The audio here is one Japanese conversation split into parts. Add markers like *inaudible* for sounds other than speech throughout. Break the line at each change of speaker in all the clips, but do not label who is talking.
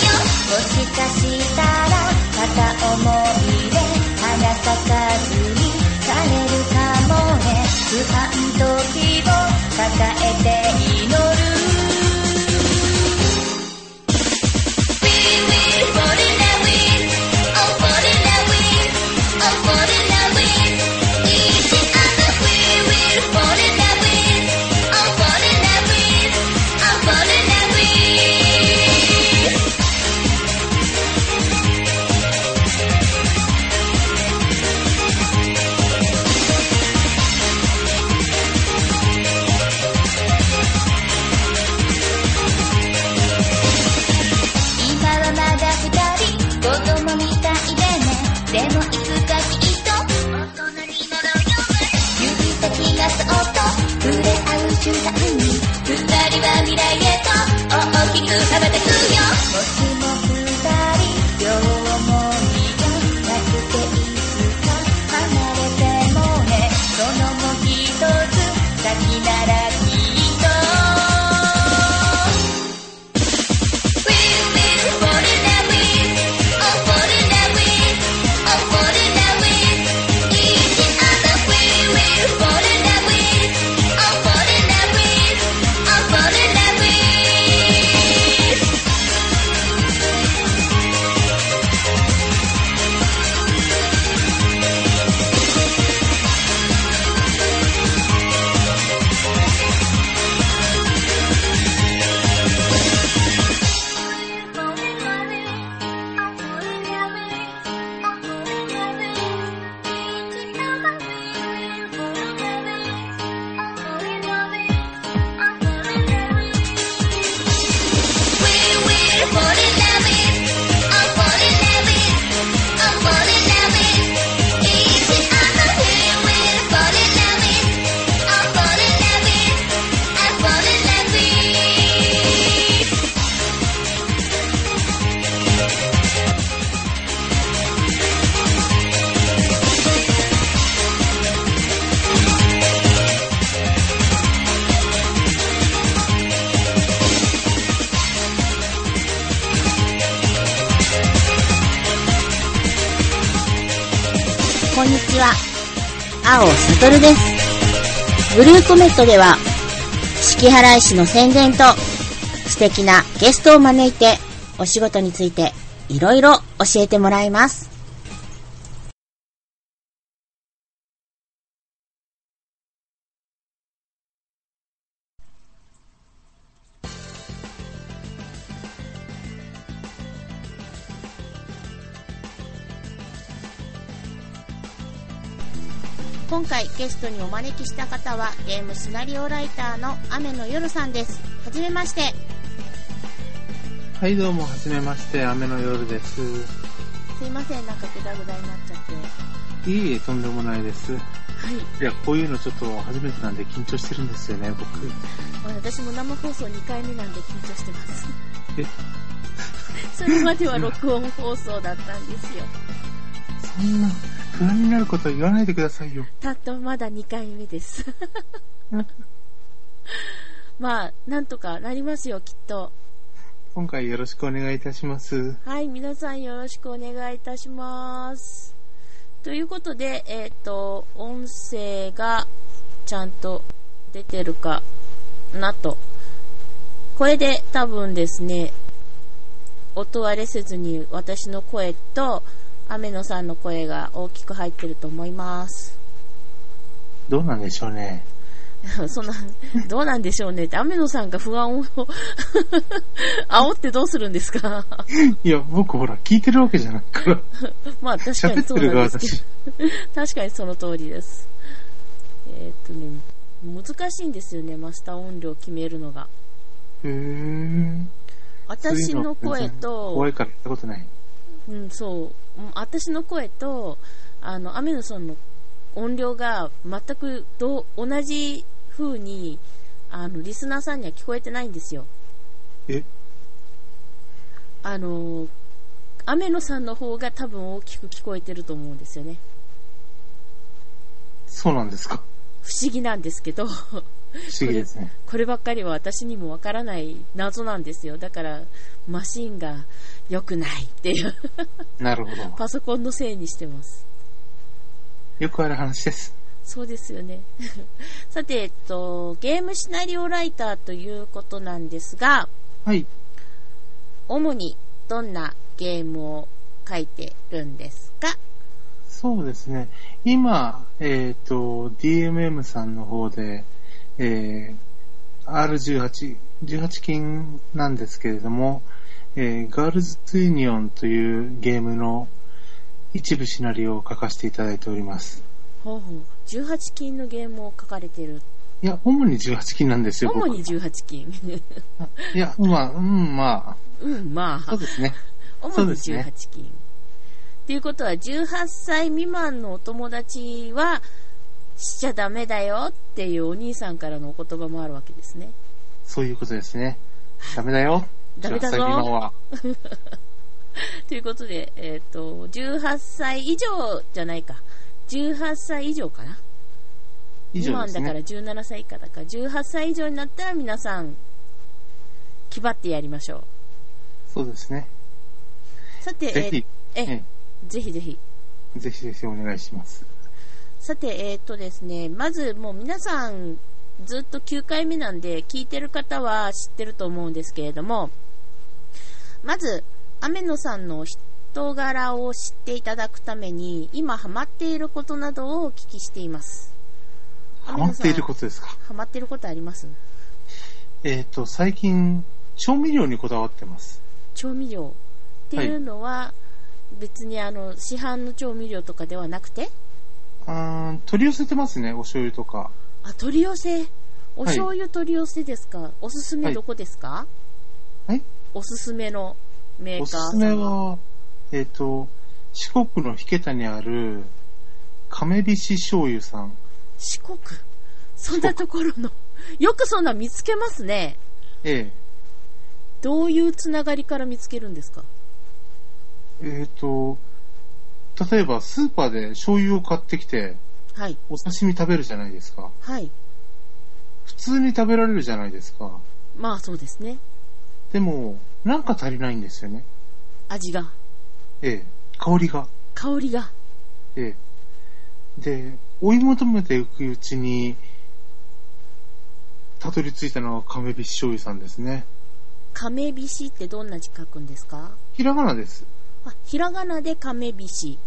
しかしたらまた思い出花咲かずに枯れるかもね不安と希望抱えて祈る We will falling in wind Oh falling in wind Oh falling in wind Each other we will falling in wind Oh falling in wind Oh falling in wind 今はまだ二人子供みたいでねでもいつかきっと大人になろうよ指先がそっと触れ合う瞬間に二人は未来へと大きく羽ばたくよもしも二人両思いがなくていつか離れてもねそのも一つ先ならきっと We will fall in the wind, oh fall in the wind, oh fall in the wind. Each other we will fall in the wind, oh fall in the wind, oh fall in the wind.
こんにちは。青悟です。ブルーコメットでは、四季払い師の宣伝と、素敵なゲストを招いて、お仕事について、いろいろ教えてもらいます。今回ゲストにお招きした方はゲームシナリオライターの雨の夜さんですはじめまして
はい、どうも、はじめまして、雨の夜です。
すいませんなんかグダグダになっちゃって
いえいえ、とんでもないです。い
は
や、こういうのちょっと初めてなんで緊張してるんですよね、僕。
い私も生放送2回目なんで緊張してます
え
*laughs* それまでは録音放送だったんですよ
そんな、不安になることは言わないでくださいよ。
たったまだ2回目ですまあなんとかなりますよきっと
今回よろしくお願いいたします。
はい、皆さんよろしくお願いいたします。ということで、えっ、と、音声がちゃんと出てるかなと。これで多分ですね、音割れせずに私の声と雨野さんの声が大きく入ってると思います。
どうなんでしょうね。
*laughs* そんな、どうなんでしょうねって、雨野さんが不安を、 *laughs* 煽ってどうするんですか *laughs*
いや、僕ほら、聞いてるわけじゃないから。
まあ確か
喋
に
っ
そ
て
う
る
なん
側
です
だ
けど
し。。
*laughs* 確かにその通りです。えーっとね、難しいんですよね、マスター音量決めるのが。
へー
私の声
怖
と
い、からやったことない。
うん、そう、うん私の声と、あの、雨野さんの音量が全くどう同じ風に、あの、リスナーさんには聞こえてないんですよ。
え
あの、雨野さんの方が多分大きく聞こえてると思うんですよね。
そうなんですか。
不思議なんですけど、 *laughs*
不思議ですね。
こればっかりは私にもわからない謎なんですよ。だから、マシンが良くないっていう、
なるほど。
パソコンのせいにしてます。
よくある話です。
そうですよね。 *laughs* さて、えっと、ゲームシナリオライターということなんですが、
はい。
主にどんなゲームを書いてるんですか
そうですね。今、えっ、と、DMM さんの方で、えー R18、18禁なんですけれども、えーガールズ・ツユニオンというゲームの一部シナリオを書かせていただいております。
ほうほう。18禁のゲームを書かれてる。
いや、主に18禁なんですよ、
主
僕
に18禁。
いや、まあ、うん、ま
うん、ま
あ、そ
あ
う。ですね。
主
そう
に
です
18
ね
禁。っていうことは、18歳未満のお友達は、しちゃダメだよっていうお兄さんからのお言葉もあるわけですね。
そういうことですね。ダメだよ。
ダメだぞ
18歳未満は。
ということで、えっ、と、18歳以上じゃないか。18歳以上かな。
以上です
今だから
ね。
17歳以下だから、18歳以上になったら皆さん、気張ってやりましょう。
そうですね。
さて、
ぜひ、
えーえ
え
ぜひぜひ。
えぜひぜひお願いします。
さて、えっ、とですね、まずもう皆さん、ずっと9回目なんで、聞いてる方は知ってると思うんですけれども、まず、雨野さんの人柄を知っていただくために、今ハマっていることなどをお聞きしています。
ハマっている
と
ことですか
ハマっていることあります
えっ、と、最近、調味料にこだわってます。
調味料っていうのは、別にあの、市販の調味料とかではなくて、
うーん、取り寄せてますね、お醤油とか。
あ、取り寄せ。お
はい
醤油取り寄せですか、おすすめどこですか
はい
おすすめのメーカー
おす
さん
すめは、えっ、と、四国の引田にある、亀菱醤油さん。
四国。そんなところの。 *laughs* よくそんな見つけますね。
え
どういうつながりから見つけるんですか
ええっ、と、例えばスーパーで醤油を買ってきて、
はい。
お刺身食べるじゃないですか。
はい。
普通に食べられるじゃないですか。
まあそうですね。
でも、なんか足りないんですよね。
味が、
ええ香りが。
香りが。
ええで、追い求めていくうちに、たどり着いたのは亀菱醤油さんですね。
亀菱ってどんな字書くんですか
ひらがなです。
あ、ひらがなで亀菱。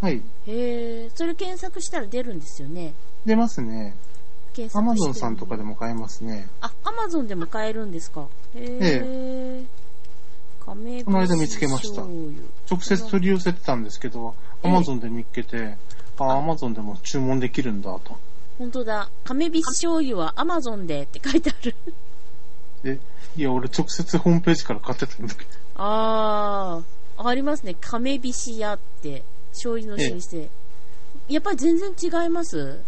はい。
へえ、それ検索したら出るんですよね。
出ますね。
検
ア
索
マ
して
ゾ
る
ンさんとかでも買えますね。
あ、アマゾンでも買えるんですか。へえ。亀
この間見つけました
醤油
直接取り寄せてたんですけど、
え
ア
え
マゾンで見っけて、あ、アマゾンでも注文できるんだと。
本当だ。亀菱醤油はアマゾンでって書いてある。
で、いや、俺直接ホームページから買ってたんだけど。
*laughs* あー、ありますね。亀菱屋って、醤油の老舗。やっぱり全然違います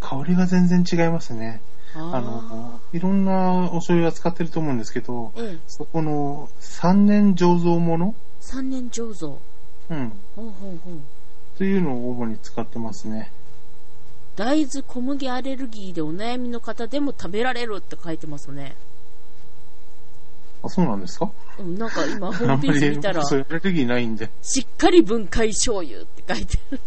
香りが全然違いますね。あ
あ
の、いろんなお醤油は使ってると思うんですけど、
ー。ええ、
そこの3年醸造もの
三年醸造。
うん。
ほうほうほう。
というのを主に使ってますね。
大豆小麦アレルギーでお悩みの方でも食べられるって書いてますね。
あ、そうなんですか
うん、なんか今ホー
あ
ム
ん
ペ
ま
ージ
り
見たら、
そういうアレルギーないんで。
しっかり分解醤油って書いてある。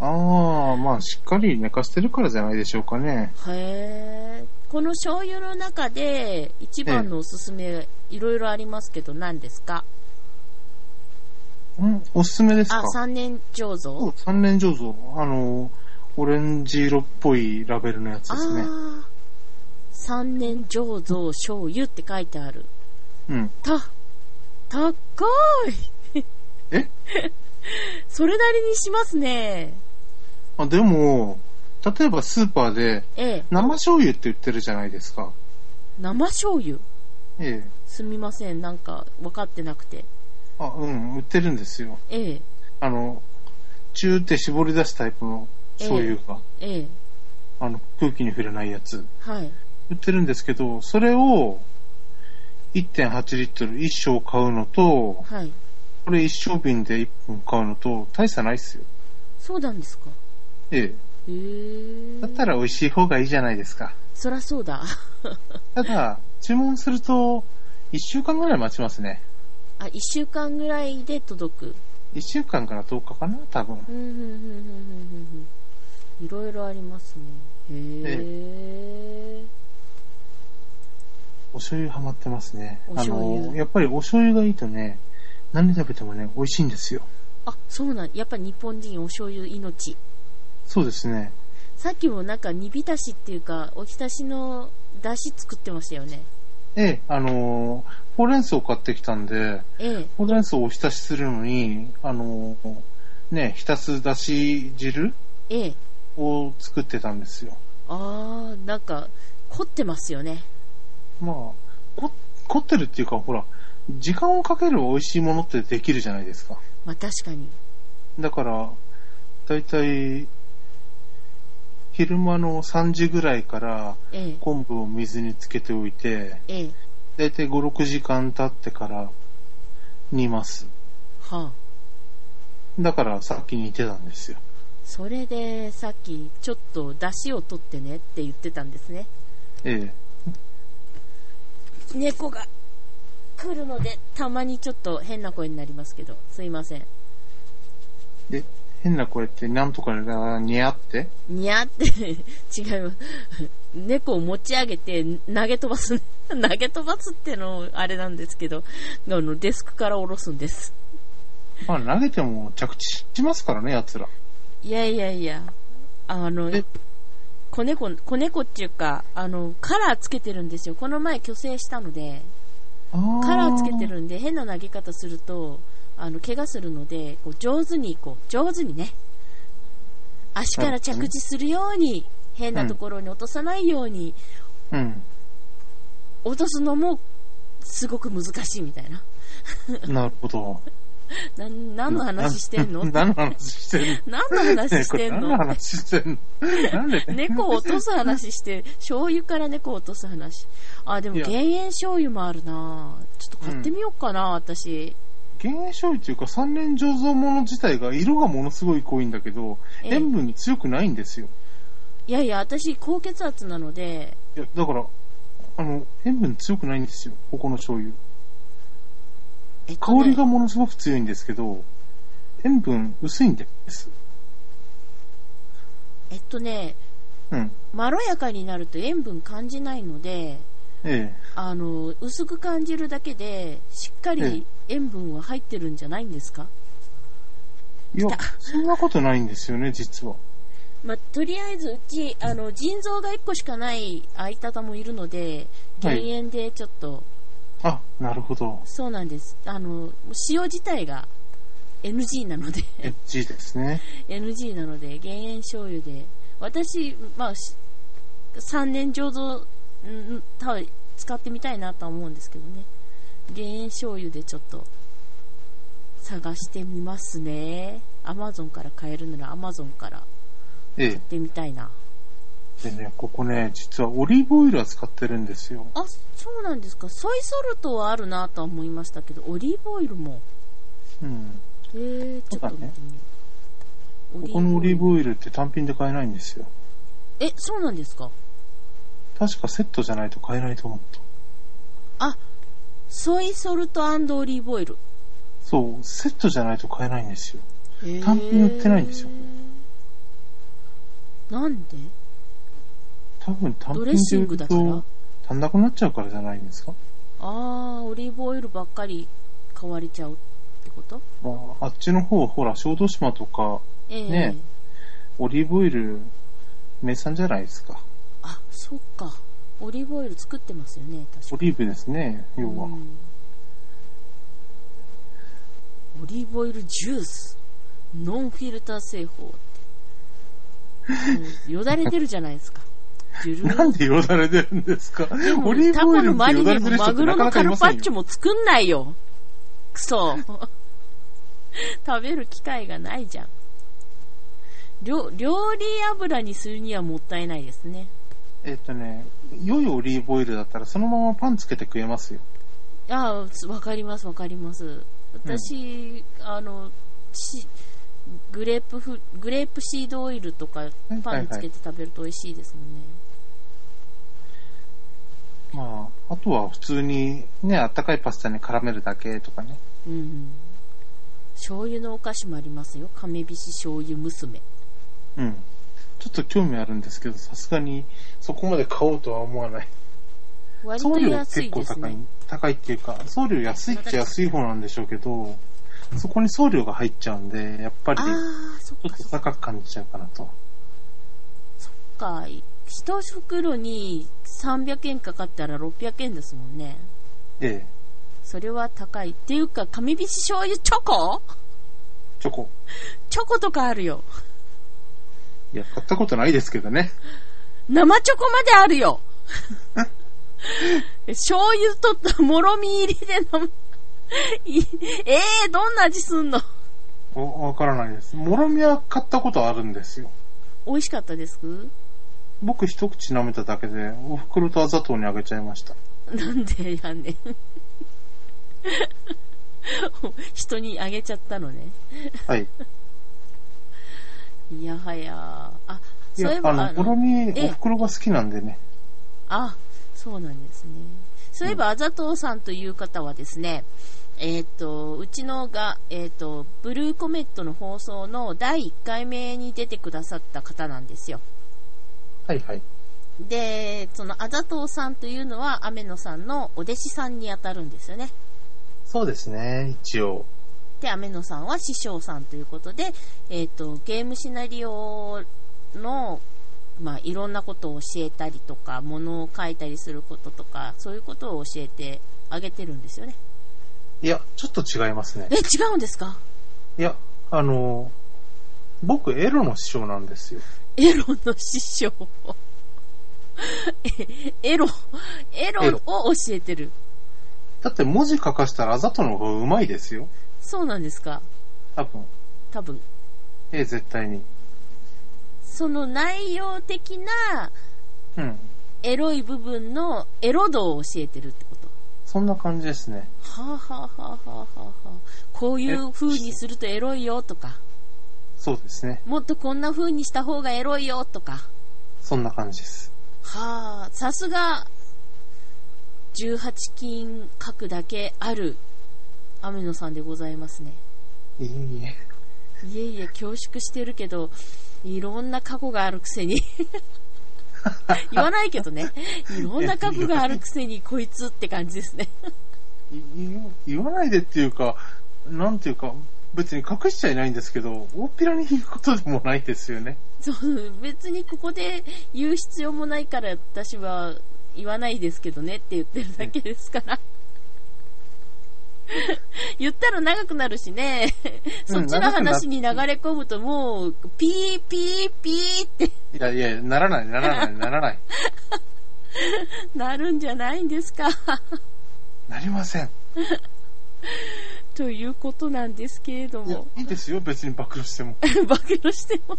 ああ、まあしっかり寝かしてるからじゃないでしょうかね。
へえ。この醤油の中で一番のおすすめ、いろいろありますけど何ですか
うん、おすすめです
あ
か、
三年醸造
3年醸造。あの、オレンジ色っぽいラベルのやつ
あ
ですね。
あー。三年醸造醤油って書いてある。
うん。
た、高い
え
*laughs* それなりにしますね。
あでも、例えばスーパーで
ええ。
生醤油って売ってるじゃないですか。
生醤油
ええ。
すみません。なんか分かってなくて。
あ、うん、売ってるんですよ。
ええ。
あの、チューって絞り出すタイプの醤油が、
ええ。
あの、空気に触れないやつ。
はい。
売ってるんですけど、それを1.8リットル1升買うのと、
はい。
これ1升瓶で1本買うのと、大差ないっすよ。
そうなんですか。
え
へえ
え。だったら美味しい方がいいじゃないですか。
そらそうだ。
ただ、注文すると、1週間ぐらい待ちますね。
あ、1週間ぐらいで届く。
1週間から10日かな、多分。
うん、うん、うん、うん、うん、うん。いろいろありますね。へえ。
お醤油ハマってますね。
お
あ
醤油
の、やっぱりお醤油がいいとね、何食べてもね、美味しいんですよ。
あ、そうなん、やっぱ日本人お醤油命。
そうですね。
さっきもなんか煮浸しっていうか、お浸しの出汁作ってましたよね。
ええ、あのー、ほうれん草買ってきたんで、
ええ。
ほうれん草をお浸しするのに、あのー、ね、浸すだし汁
ええ。
を作ってたんですよ。
あー、なんか、凝ってますよね。
まあ、こ凝ってるっていうか、ほら、時間をかける美味しいものってできるじゃないですか。
まあ確かに。
だから、だいたい、昼間の3時ぐらいから
ええ。
昆布を水につけておいて、
ええ。
だいたい5、6時間経ってから煮ます。
はあ。
だからさっき煮てたんですよ。
それで、さっき、ちょっと出汁を取ってねって言ってたんですね。
え
猫が来るので、たまにちょっと変な声になりますけど、すいません。
え。で、変な声ってなんとかが似合って
にゃって、 *laughs* 違います。 *laughs* 猫を持ち上げて投げ飛ばす、 *laughs* 投げ飛ばすっての、あれなんですけど、あの、デスクから下ろすんです。
まあ投げても着地しますからね、奴ら。
いやいやいや、あの
え、
子猫、子猫っていうか、あの、カラーつけてるんですよ。この前虚勢したので、カ
カ
ラーつけて。るんで、変な投げ方すると、あの、怪我するので、こう、上手に、こう、上手にね、足から着地するように、変なところに落とさないように、
うん。
落とすのもすごく難しいみたいな。
なるほど。
な何の話してんの
な *laughs* 何の話してんの
何の話してん
*laughs* ねえこれ何の
の
話してんのな
*laughs*
んで
猫を落とす話して、醤油から猫を落とす話。あ、でも
いや
減塩醤油もあるなちょっと買ってみようかな、私。
減塩醤油というか三連醸造物自体が色がものすごい濃いんだけど、
ええ
塩分強くないんですよ。
いやいや、私高血圧なので、
いや、だから、あの、塩分強くないんですよ、ここの醤油。
えっとね
香りがものすごく強いんですけど、塩分薄いんです。
えっとね、
うん。
まろやかになると塩分感じないので、
え
あの、薄く感じるだけで、しっかり塩分は入ってるんじゃないんですか、
え。いや
来、
そんなことないんですよね、実は。
まあ、とりあえずうちあの腎臓が1個しかない相方もいるので
はい
減塩でちょっと、
あ、なるほど。
そうなんですあの塩自体が NG なので
NG ですね。
NG なので減塩醤油で私、まあ、し3年醸造ん多分使ってみたいなとは思うんですけどね減塩醤油でちょっと探してみますね Amazon から買えるなら Amazon から買っ
え
てみたいな
え。でね、ここね、実はオリーブオイルは使ってるんですよ。
あ、そうなんですか。ソイソルトはあるなとは思いましたけど、オリーブオイルも。
うん。
へー、ちょっと見てみよう。
ここのオリーブ
イ
オイルって単品で買えないんですよ。
ル。え、そうなんですか。
確かセットじゃないと買えないと思った。
あ、ソイソルトオリーブオイル。
そう、セットじゃないと買えないんですよ。
へー
単品売ってないんですよ。
なんで
多分単
ドレ
品
ッシ
で
ン
売
グ
る
だから
と足んなくなっちゃうからじゃないんですか、
あー、オリーブオイルばっかり買われちゃうってこと
まあ、あっちの方、ほら、小豆島とか、
ええ
ねオリーブオイル、名産じゃないですか。
あ、そっか。オリーブオイル作ってますよね、確か
オリーブですね、要は。
うんオリーブオイルジュースノンフィルター製法ってもうよだれ出るじゃないですかジュル
*laughs* なんでよだれ出るんですか
もう
オリー
タ
ブオ
コ
イル
の
って
マリ
よだ
ネ
れ出
も
る人
マ
って
グロ
なか
の
なか
カ
い
ル
ま
パ
せん
ッチョ
よ。
も作んないよクソ食べる機会がないじゃん料料理油にするにはもったいないですね
えっとね、良いオリーブオイルだったらそのままパンつけて食えますよ。
ああ、わかります、わかります。私、あの、し、グレープフ、グレープシードオイルとか
い
パンにつけて食べると美味しいですもんね。
まあ、あとは普通にね、あったかいパスタに絡めるだけとかね。
うん。醤油のお菓子もありますよ。亀菱醤油娘。
うん。ちょっと興味あるんですけど、さすがにそこまで買おうとは思わない。
割
送
と
料
安
結
い
構
です
高い
ね。。
高いっていうか、送料安いっちゃ安い方なんでしょうけど、そこに送料が入っちゃうんで、やっぱりち
ああ、そっ
ょ
か
っと
そっ
高く感じちゃうかなと。
か。一袋に300円かかったら600円ですもんね。
ええ、
それは高い。っていうか、亀菱醤油チョコ
チョコ。
チョコとかあるよ。
いや、買ったことないですけどね。
生チョコまであるよ *laughs* 醤油ともろみ入りで飲む。 *laughs* いええー、どんな味すんの
おわからないです。もろみは買ったことあるんですよ。
美味しかったです
僕一口舐めただけで、お袋とあざとうにあげちゃいました。
なんでやんねん。 *laughs* 人にあげちゃったのね。 *laughs*
はい。
いやはや。あ、
い
そうい
や
え、ば、
あの、もろみ、
ええ
お袋が好きなんでね。
あ、そうなんですね。そういえば、あざとうさんという方はですね、えっ、と、うちのが、えっ、と、ブルーコメットの放送の第1回目に出てくださった方なんですよ。
はいはい。
で、そのあざとうさんというのは、雨野さんのお弟子さんにあたるんですよね。
そうですね、一応。
で、雨野さんは師匠さんということで、えっ、と、ゲームシナリオの、まあ、いろんなことを教えたりとか、ものを書いたりすることとか、そういうことを教えてあげてるんですよね。
いや、ちょっと違いますね
え、。違うんですか
いや、あの、僕、エロの師匠なんですよ。
エロの師匠。 *laughs* えエロ、エロ
エロ
を教えてる。
だって文字書かしたらあざとの方がうまいですよ。
そうなんですか
多分。
多分。
ええ、絶対に。
その内容的な
うん。
エロい部分のエロ度を教えてるってこと。
そんな感じですね。
はあ、はあはあはあはあはあ、こういう風にするとエロいよとか、
そうですね。
もっとこんな風にした方がエロいよとか。
そんな感じです。
はあ、さすが、18金書くだけある、雨野さんでございますね。
いいえ。
いえいえ、恐縮してるけど、いろんな過去があるくせに。 *laughs* 言わないけどね。いろんな過去があるくせに、こいつって感じですね。 *laughs*
い言言わないでっていうか、なんていうか、別に隠しちゃいないんですけど、大っぴらに言うことでもないですよね。
そう、別にここで言う必要もないから、私は言わないですけどねって言ってるだけですから。 *laughs* 言ったら長くなるしね。そっちの話に流れ込むともう、ピーピーピーって
いやいや、ならない、ならない、な
*laughs*
らない。
なるんじゃないんですか。 *laughs*
なりません。
ということなんですけれど
いや
も。、
いいですよ、別に暴
*laughs*
露しても。
暴露しても。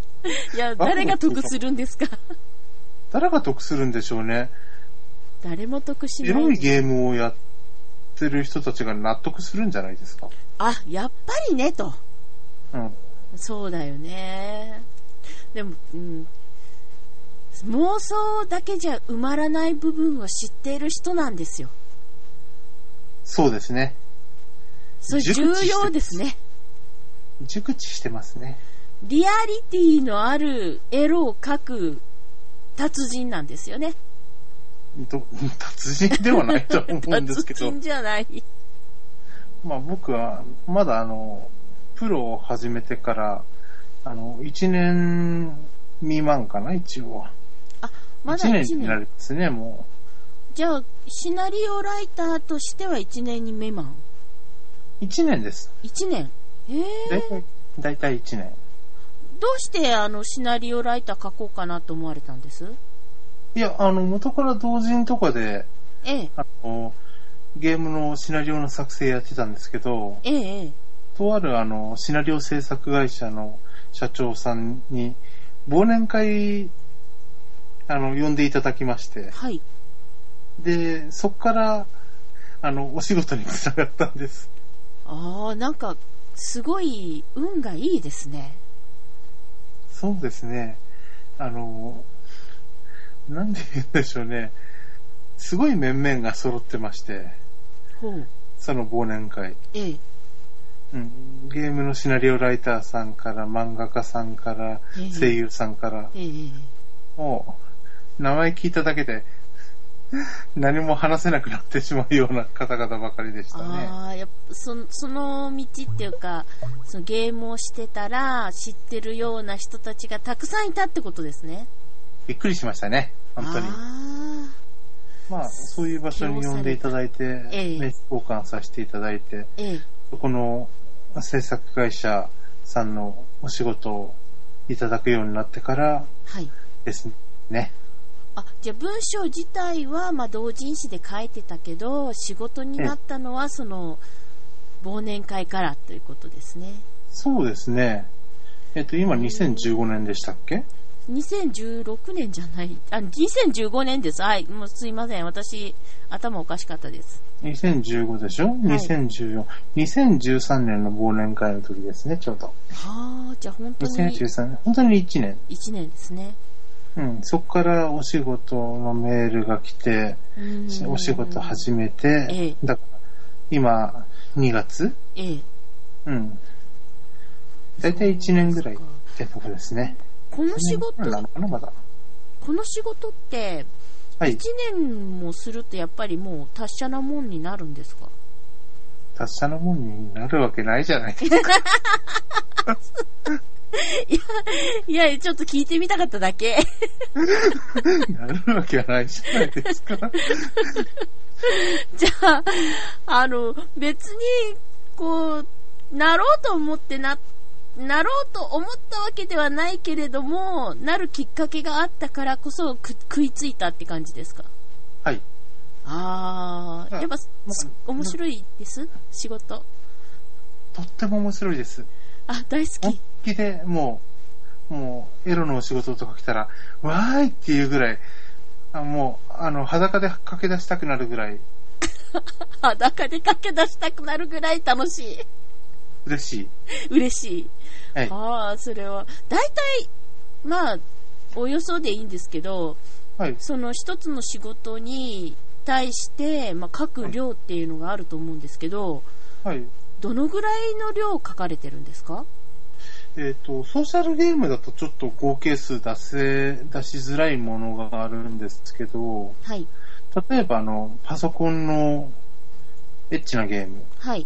いや、
暴露
誰が得するんですか
誰が得するんでしょうね。
誰も得し
エ
な
ロい
い。
ゲームをやってる人たちが納得するんじゃないですか。
あ、やっぱりね、と。
うん。
そうだよね。でも、うん。妄想だけじゃ埋まらない部分を知っている人なんですよ。
そうですね。
それ重
熟知して
要ですね。
熟知してますね。
リアリティのあるエロを描く達人なんですよね。
ど *laughs* 達人ではないと思うんですけ
*laughs* 達
ど
人、じゃない。
まあ僕は、まだあの、プロを始めてから、あの、1年未満かな、一応は。
まだ
1
1
年にな
年。
りますね、も
じゃあ、シナリオライターとしては1年に未満。
う。1年です。
1年。え
だ
ー、
いたい、だいたい1年。
どうしてあのシナリオライター書こうかなと思われたんです
いや、あの、元から同人とかで、
ええ、
あの、ゲームのシナリオの作成やってたんですけど、
ええ、ええ。
とあるあの、シナリオ制作会社の社長さんに、忘年会、あの、呼んでいただきまして、
はい。
で、そこから、あの、お仕事につながったんです。
ああ、なんか、すごい、運がいいですね。
そうですね。あの、なんて言うんでしょうね。すごい面々が揃ってまして、
ほう。
その忘年会。
ええ。
うん、ゲームのシナリオライターさんから、漫画家さんから
ええ、
声優さんから、
ええ。
もう、名前聞いただけで、 *laughs* 何も話せなくなってしまうような方々ばかりでしたね。
ああ、やっぱその、その道っていうか、そのゲームをしてたら、知ってるような人たちがたくさんいたってことですね。
びっくりしましたね、本当に。
あ
まあ、そういう場所に呼んでいただいて、
ええ
名刺交換させていただい
あ、
て、
ええ。
そこの制作会社さんのお仕事をいただくようになってから
はい。
ですね。
あ、じゃあ文章自体は、まあ、同人誌で書いてたけど、仕事になったのは、その、忘年会からということですね。
そうですね。えっと、今2015年でしたっけ
2016年じゃない、あ、2015年です。はい、もうすいません。私、頭おかしかったです。
?2015 でしょ ?2014。2013年の忘年会の時ですね、ちょうど。
はあ、じゃあ本当に
2013年、本当に1年。
1年ですね。
うん、そこからお仕事のメールが来て、
うん
お仕事始めて、
ええ
だから今、2月
ええ。
うん。だいたい1年ぐらいってとこですね。
この仕
一年ぐらい
事、
なのかな、まだ。
この仕事って、
はい
1。年もするとやっぱりもう達者なもんになるんですか
達者なもんになるわけないじ
*laughs*
ゃない。
いや、ちょっと聞いてみたかっただけ。 *laughs*
なるわけはないじゃないですか。
じゃあ、あの、別に、こう、なろうと思ってな、なろうと思ったわけではないけれども、なるきっかけがあったからこそく食いついたって感じですか
はい。
あー、
あ
やっぱ、す
まあ
面白いです仕事。
とっても面白いです。
あ、大好
本
き。
気でもう、もう、エロのお仕事とか来たら、わーいっていうぐらい、あもう、あの、裸で駆け出したくなるぐらい
裸で駆け出したくなるぐらい楽しい。 *laughs*
嬉しい。
嬉しい。
はい。
ああ、それは。大体、まあ、およそでいいんですけど、
はい。
その一つの仕事に対して、まあ、書く量っていうのがあると思うんですけど、
はい。
どのぐらいの量を書かれてるんですか
えっ、と、ソーシャルゲームだとちょっと合計数出せ、出しづらいものがあるんですけど、
はい。
例えばあの、パソコンのエッチなゲーム
はい。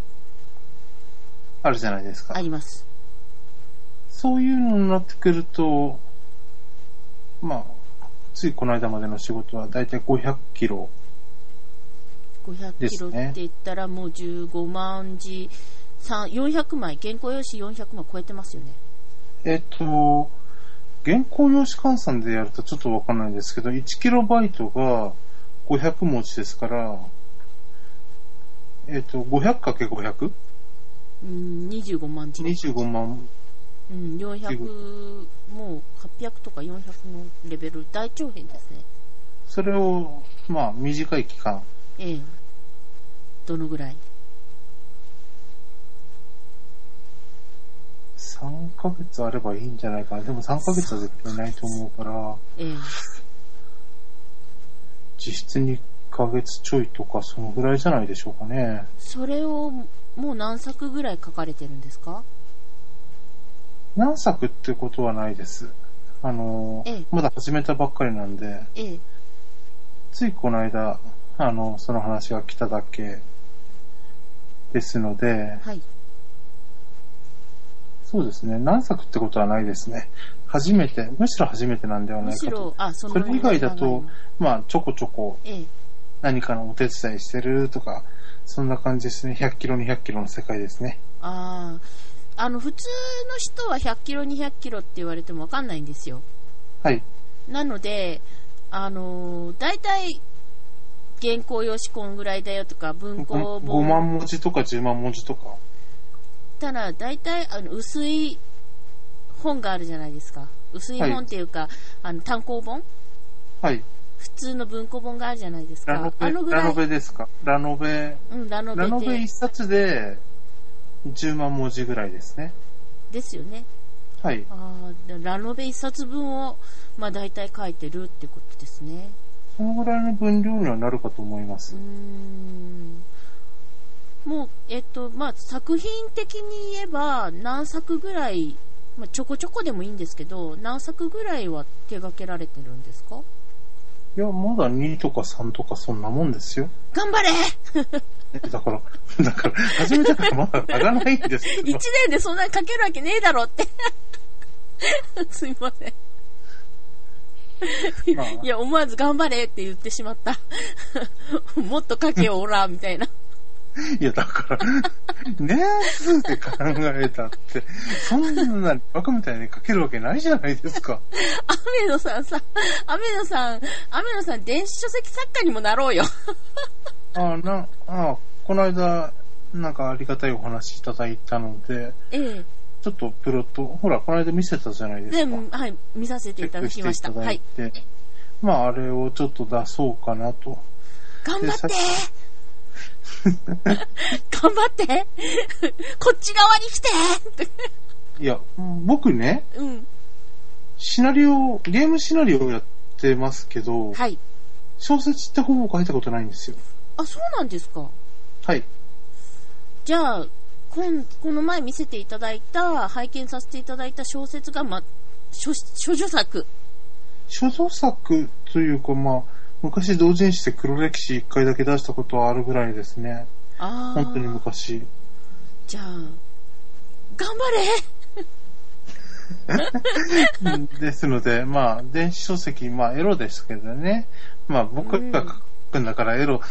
あるじゃないですか。
あります。
そういうのになってくると、まあ、ついこの間までの仕事はだいたい500キロ。
500キロって言ったらもう15万字、さん400枚、原稿用紙400枚超えてますよね。
えっ、と、原稿用紙換算でやるとちょっとわかんないんですけど、1キロバイトが500文字ですから、えっ、と、500×500?
うん、25万字。
25万。
うん、400、もう800とか400のレベル、大長編ですね。
それを、まあ、短い期間。
ええ。どのぐらい
3ヶ月あればいいんじゃないかな。でも3ヶ月は絶対ないと思うから、
ええ。
実質2ヶ月ちょいとか、そのぐらいじゃないでしょうかね。
それをもう何作ぐらい書かれてるんですか
何作ってことはないです。あの
ええ、
まだ始めたばっかりなんで、
ええ。
ついこの間、あの、その話が来ただけですので、
はい。
そうですね、何作ってことはないですね。初めて、むしろ初めてなんではな
む
い
し
かと。
ろ、あ、その
それ以外だと、まあ、ちょこちょこ
ええ。
何かのお手伝いしてるとか、そんな感じですね。100キロ、200キロの世界ですね。
ああ。あの、普通の人は100キロ、200キロって言われてもわかんないんですよ。
はい。
なので、あのー、大体、原稿用紙こんぐらいだよとか、文庫
5,
本
万文字とか10万文字とか。
たら、大体、あの、薄い本があるじゃないですか。薄い
は
本
い
っていうか、あの、単行本
はい。
普通の文庫本があるじゃないです
ラノ
か。あの
ベ、
ぐら
ラ
い。
ノベですかラノベ、
うん、ラノベ
ラ
で
ノベ一冊で10万文字ぐらいですね。
ですよね。
はい。
あーラノベ一冊分を、まあ大体書いてるってことですね。
そのぐらいの分量にはなるかと思いま
う
す
ー。んもう、えっと、まあ、作品的に言えば、何作ぐらい、まあ、ちょこちょこでもいいんですけど、何作ぐらいは手掛けられてるんですか
いや、まだ2とか3とかそんなもんですよ。
頑 *laughs* 張れ
えだから、 *laughs* だから、始めたからまだ上がらないんですけ
!1 *laughs*
ど、
年でそんなに書けるわけねえだろって *laughs* すいません。
まあ
いや、思わず頑張れって言ってしまった。 *laughs* もっと書けよ、オラみたいな。
いや、だから、 *laughs* 年数で考えたって、そんなにバカみたいに書けるわけないじゃないですか。
雨野さんさ、雨野さん、雨野さん、電子書籍作家にもなろうよ。
ああ、な、ああ、この間、なんかありがたいお話いただいたので、
え
ちょっとプロット、ほら、この間見せたじゃない
え。
で
です
か。
はい、見させて
チェ
いた
ッ
だ
ク
き
し
ま
て
し
い
た。
た
は
だい
い。
て、まあ、あれをちょっと出そうかなと。
頑張って
で
*laughs* 頑張ってこっち側に来てって
いや、僕ね、
うん。
シナリオ、ゲームシナリオやってますけど、
はい。
小説ってほぼ書いたことないんですよ。
あ、そうなんですか。
はい。
じゃあ、こんこの前見せていただいた、拝見させていただいた小説が、ま、諸諸女作。
所蔵作というか、まあ、昔同人誌で黒歴史一回だけ出したことはあるぐらいですね。
ああ。
本当に昔。
じゃあ、頑張れ
うんですので、まあ、電子書籍、まあ、エロですけどね。まあ、僕が書くんだから、エロ、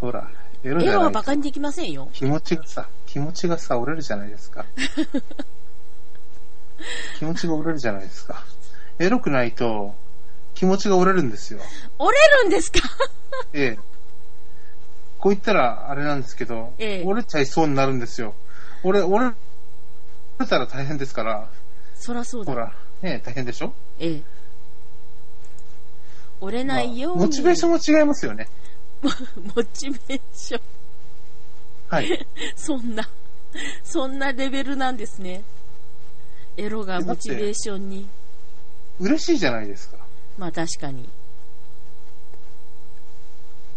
ほら、エロじ
エロは
ゃな
バ
い
カにできませんよ。
気持ちがさ、気持ちがさ、折れるじゃないです *laughs* か。気持ちが折れるじゃないですか。エロくないと、気持ちが折れるんですよ。
折れるんですか
ええ。こう言ったら、あれなんですけど、
ええ
折れちゃいそうになるんですよ。折れ、折れ折れたら大変ですから、
そらそう
ほ
だ。
ら、ねえ、大変でしょ
ええ。折れないように。
まあモチベーションも違いますよね。
ン *laughs* モチベーション。 *laughs*
はい。
そんな、そんなレベルなんですね。エロがモチベーションに。
嬉しいじゃないですか。
まあ確かに。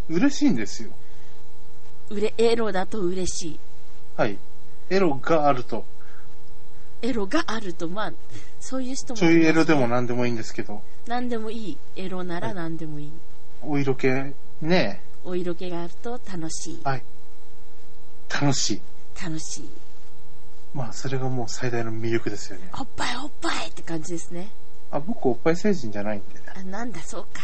嬉しいんですよ。
うれ、エロだと嬉しい。
はい。エロがあると。
エロがあると、まあ、そういう人も。
ちょいエロでも何でもいいんですけど、
何でもいい。エロなら何でもいい。
お色気、ね
お色気があると楽しい
え、。はい。楽しい。
楽しい。
まあ、それがもう最大の魅力ですよね。
おっぱいおっぱいって感じですね。
あ、僕、おっぱい成人じゃないんで。
あ、なんだ、そうか。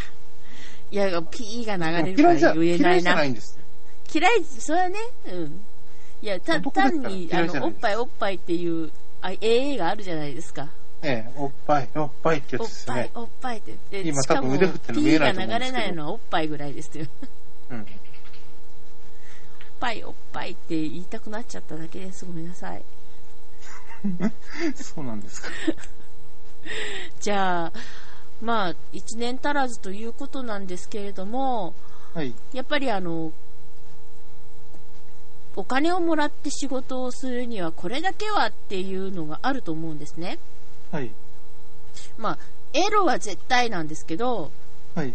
いや、P が流れるか
嫌いじゃ、
ら言えな
嫌
い
いじゃ
な。嫌
ない
い
んです。
それはね、うん。いや、た、
僕だった
単
ら
に、あ
嫌いじゃ
の、
ない
おっぱいおっぱいっていう、あ、AA があるじゃないですか。
ええ、おっぱい、おっぱいってや
おっ
つです
ぱい
ね。
おっぱいって言って、
今
しか
多
も
分腕振ってるの
P
見えな
が
いと思う
流
んで
れ
すけど
ないのはおっぱいぐらいですよ。 *laughs*
うん。
おっぱいおっぱいって言いたくなっちゃっただけです。ごめんなさい。
そうなんですか。
じゃあ、まあ、一年足らずということなんですけれども、
はい。
やっぱりあの、お金をもらって仕事をするにはこれだけはっていうのがあると思うんですね。
はい。
まあ、エロは絶対なんですけど、
はい。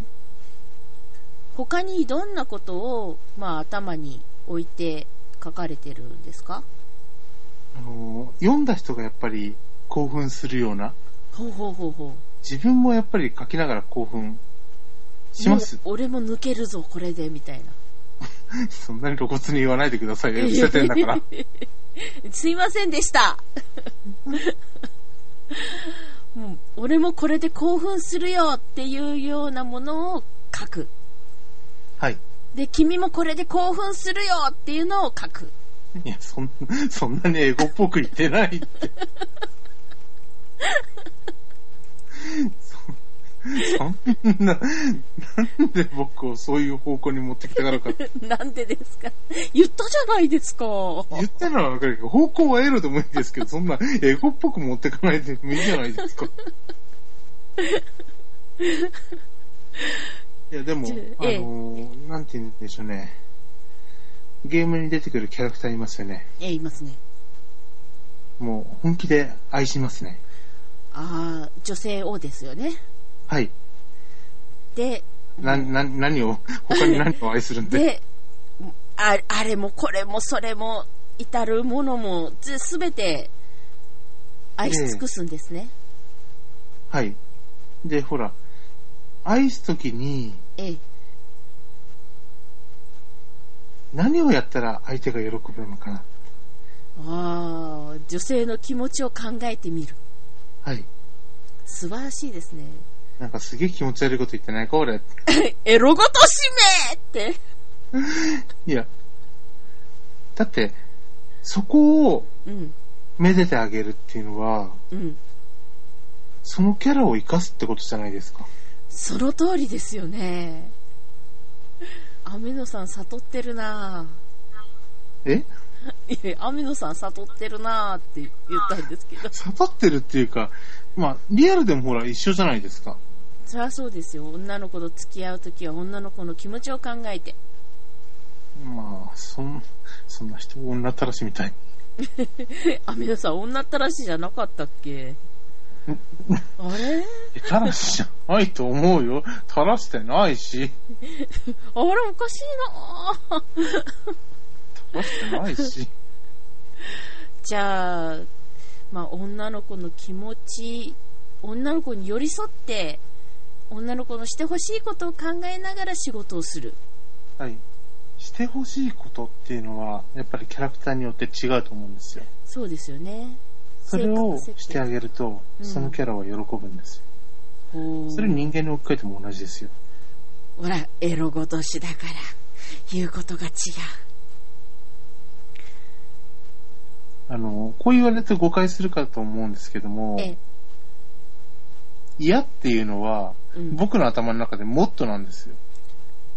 他にどんなことを、まあ、頭に置いて書かれてるんですか
あの、読んだ人がやっぱり興奮するような、
ほうほうほうほう。
自分もやっぱり書きながら興奮します
も。う俺も抜けるぞ、これで、みたいな。
そんなに露骨に言わないでくださいよ。伏せてんだから。
すいませんでした。 *laughs* もう俺もこれで興奮するよっていうようなものを書く。
はい。
で、君もこれで興奮するよっていうのを書く。
いや、そん、そんなにエゴっぽく言ってないって。そそんな、なんで僕をそういう方向に持ってきたからか。
*laughs* なんでですか言ったじゃないですか。
言ったのはわかるけど、方向はエロでもいいですけど、そん
*laughs*
なエゴっぽく持ってかないでもいいじゃないですか。いや、でも、あ
じゃ
の
あええ
ー、なんて言うんでしょうね。ゲームに出てくるキャラクターいますよね。
え、いますね。
もう本気で愛しますね。
ああ、女性をですよね。
はい。
で、
な、な、何を、他に何を愛するん
*laughs*
で。
で、ああれもこれもそれも、至るものも、すべて、愛し尽くすんですね。
はい。で、ほら、愛すときに
ええ。
何をやったら相手が喜ぶのかな。
ああ、女性の気持ちを考えてみる。
はい。
素晴らしいですね。
なんかすげえ気持ち悪いこと言ってないか、俺。
エロごとしめって。
いや。だって、そこを
うん、
めでてあげるっていうのは、
うん。
そのキャラを生かすってことじゃないですか。
その通りですよね。アメノさん悟ってるなぁ。
え
いや、アミノさん悟ってるなーって言ったんですけど。
刺さってるっていうか、まあ、リアルでもほら一緒じゃないですか。
そりゃそうですよ。女の子と付き合うときは女の子の気持ちを考えて。
まあ、そん、そんな人を女たらしみたい。
アミノさん女ったらしいじゃなかったっけあれ
えたらしじゃないと思うよ。たらしてないし、
あれおかしいな *laughs* ー
たらしてな
*laughs*
いし。
じゃあ、まあ女の子の気持ち、女の子に寄り添って、女の子のしてほしいことを考えながら仕事をする。
はい。してほしいことっていうのは、やっぱりキャラクターによって違うと思うんですよ。
そうですよね。
それを
性格設定
してあげると、
うん
そのキャラは喜ぶんですよ。
ほう
それ人間に置き換えても同じですよ。
ほら、エロごとしだから、言うことが違う。
あの、こう言われると誤解するかと思うんですけども、
ええ、
嫌っていうのは、
うん。
僕の頭の中でもっとなんですよ。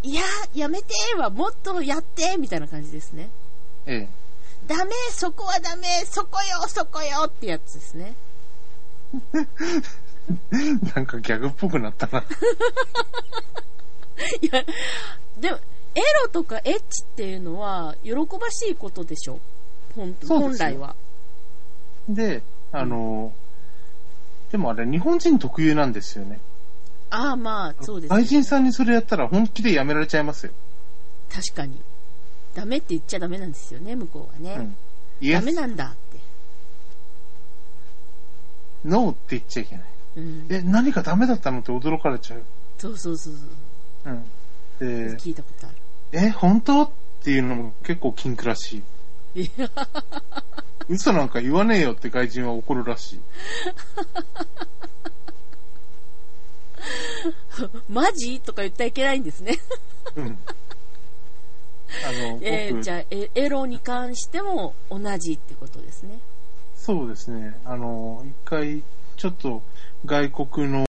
いや、やめてはもっとやってみたいな感じですね。
ええ。 *laughs*
ダメそこはダメそこよそこよってやつですね。
なんかギャグっぽくなったな。 *laughs*
いや、でも、エロとかエッチっていうのは、喜ばしいことでしょ本
そう
本
ですよ
来は。
で、あの、でもあれ、日本人特有なんですよね。
ああ、まあ、そうです、
外人さんにそれやったら本気でやめられちゃいますよ。
確かに。ダメって言っちゃダメなんですよね、向こうはね。
うん。イエ
ダ
ス
メ、なんだって。
ノーって言っちゃいけない。
うん。
え、何かダメだったのって驚かれちゃう。
そうそうそうそう。
うん。で、
聞いたことある。
え、本当っていうのも結構禁句らしい。
い
嘘なんか言わねえよって外人は怒るらしい。
マジとか言ってはいけないんですね。
うん。あの、僕、
*laughs* えーじゃあえエロに関しても同じってことですね。
そうですね。あの、一回、ちょっと外国の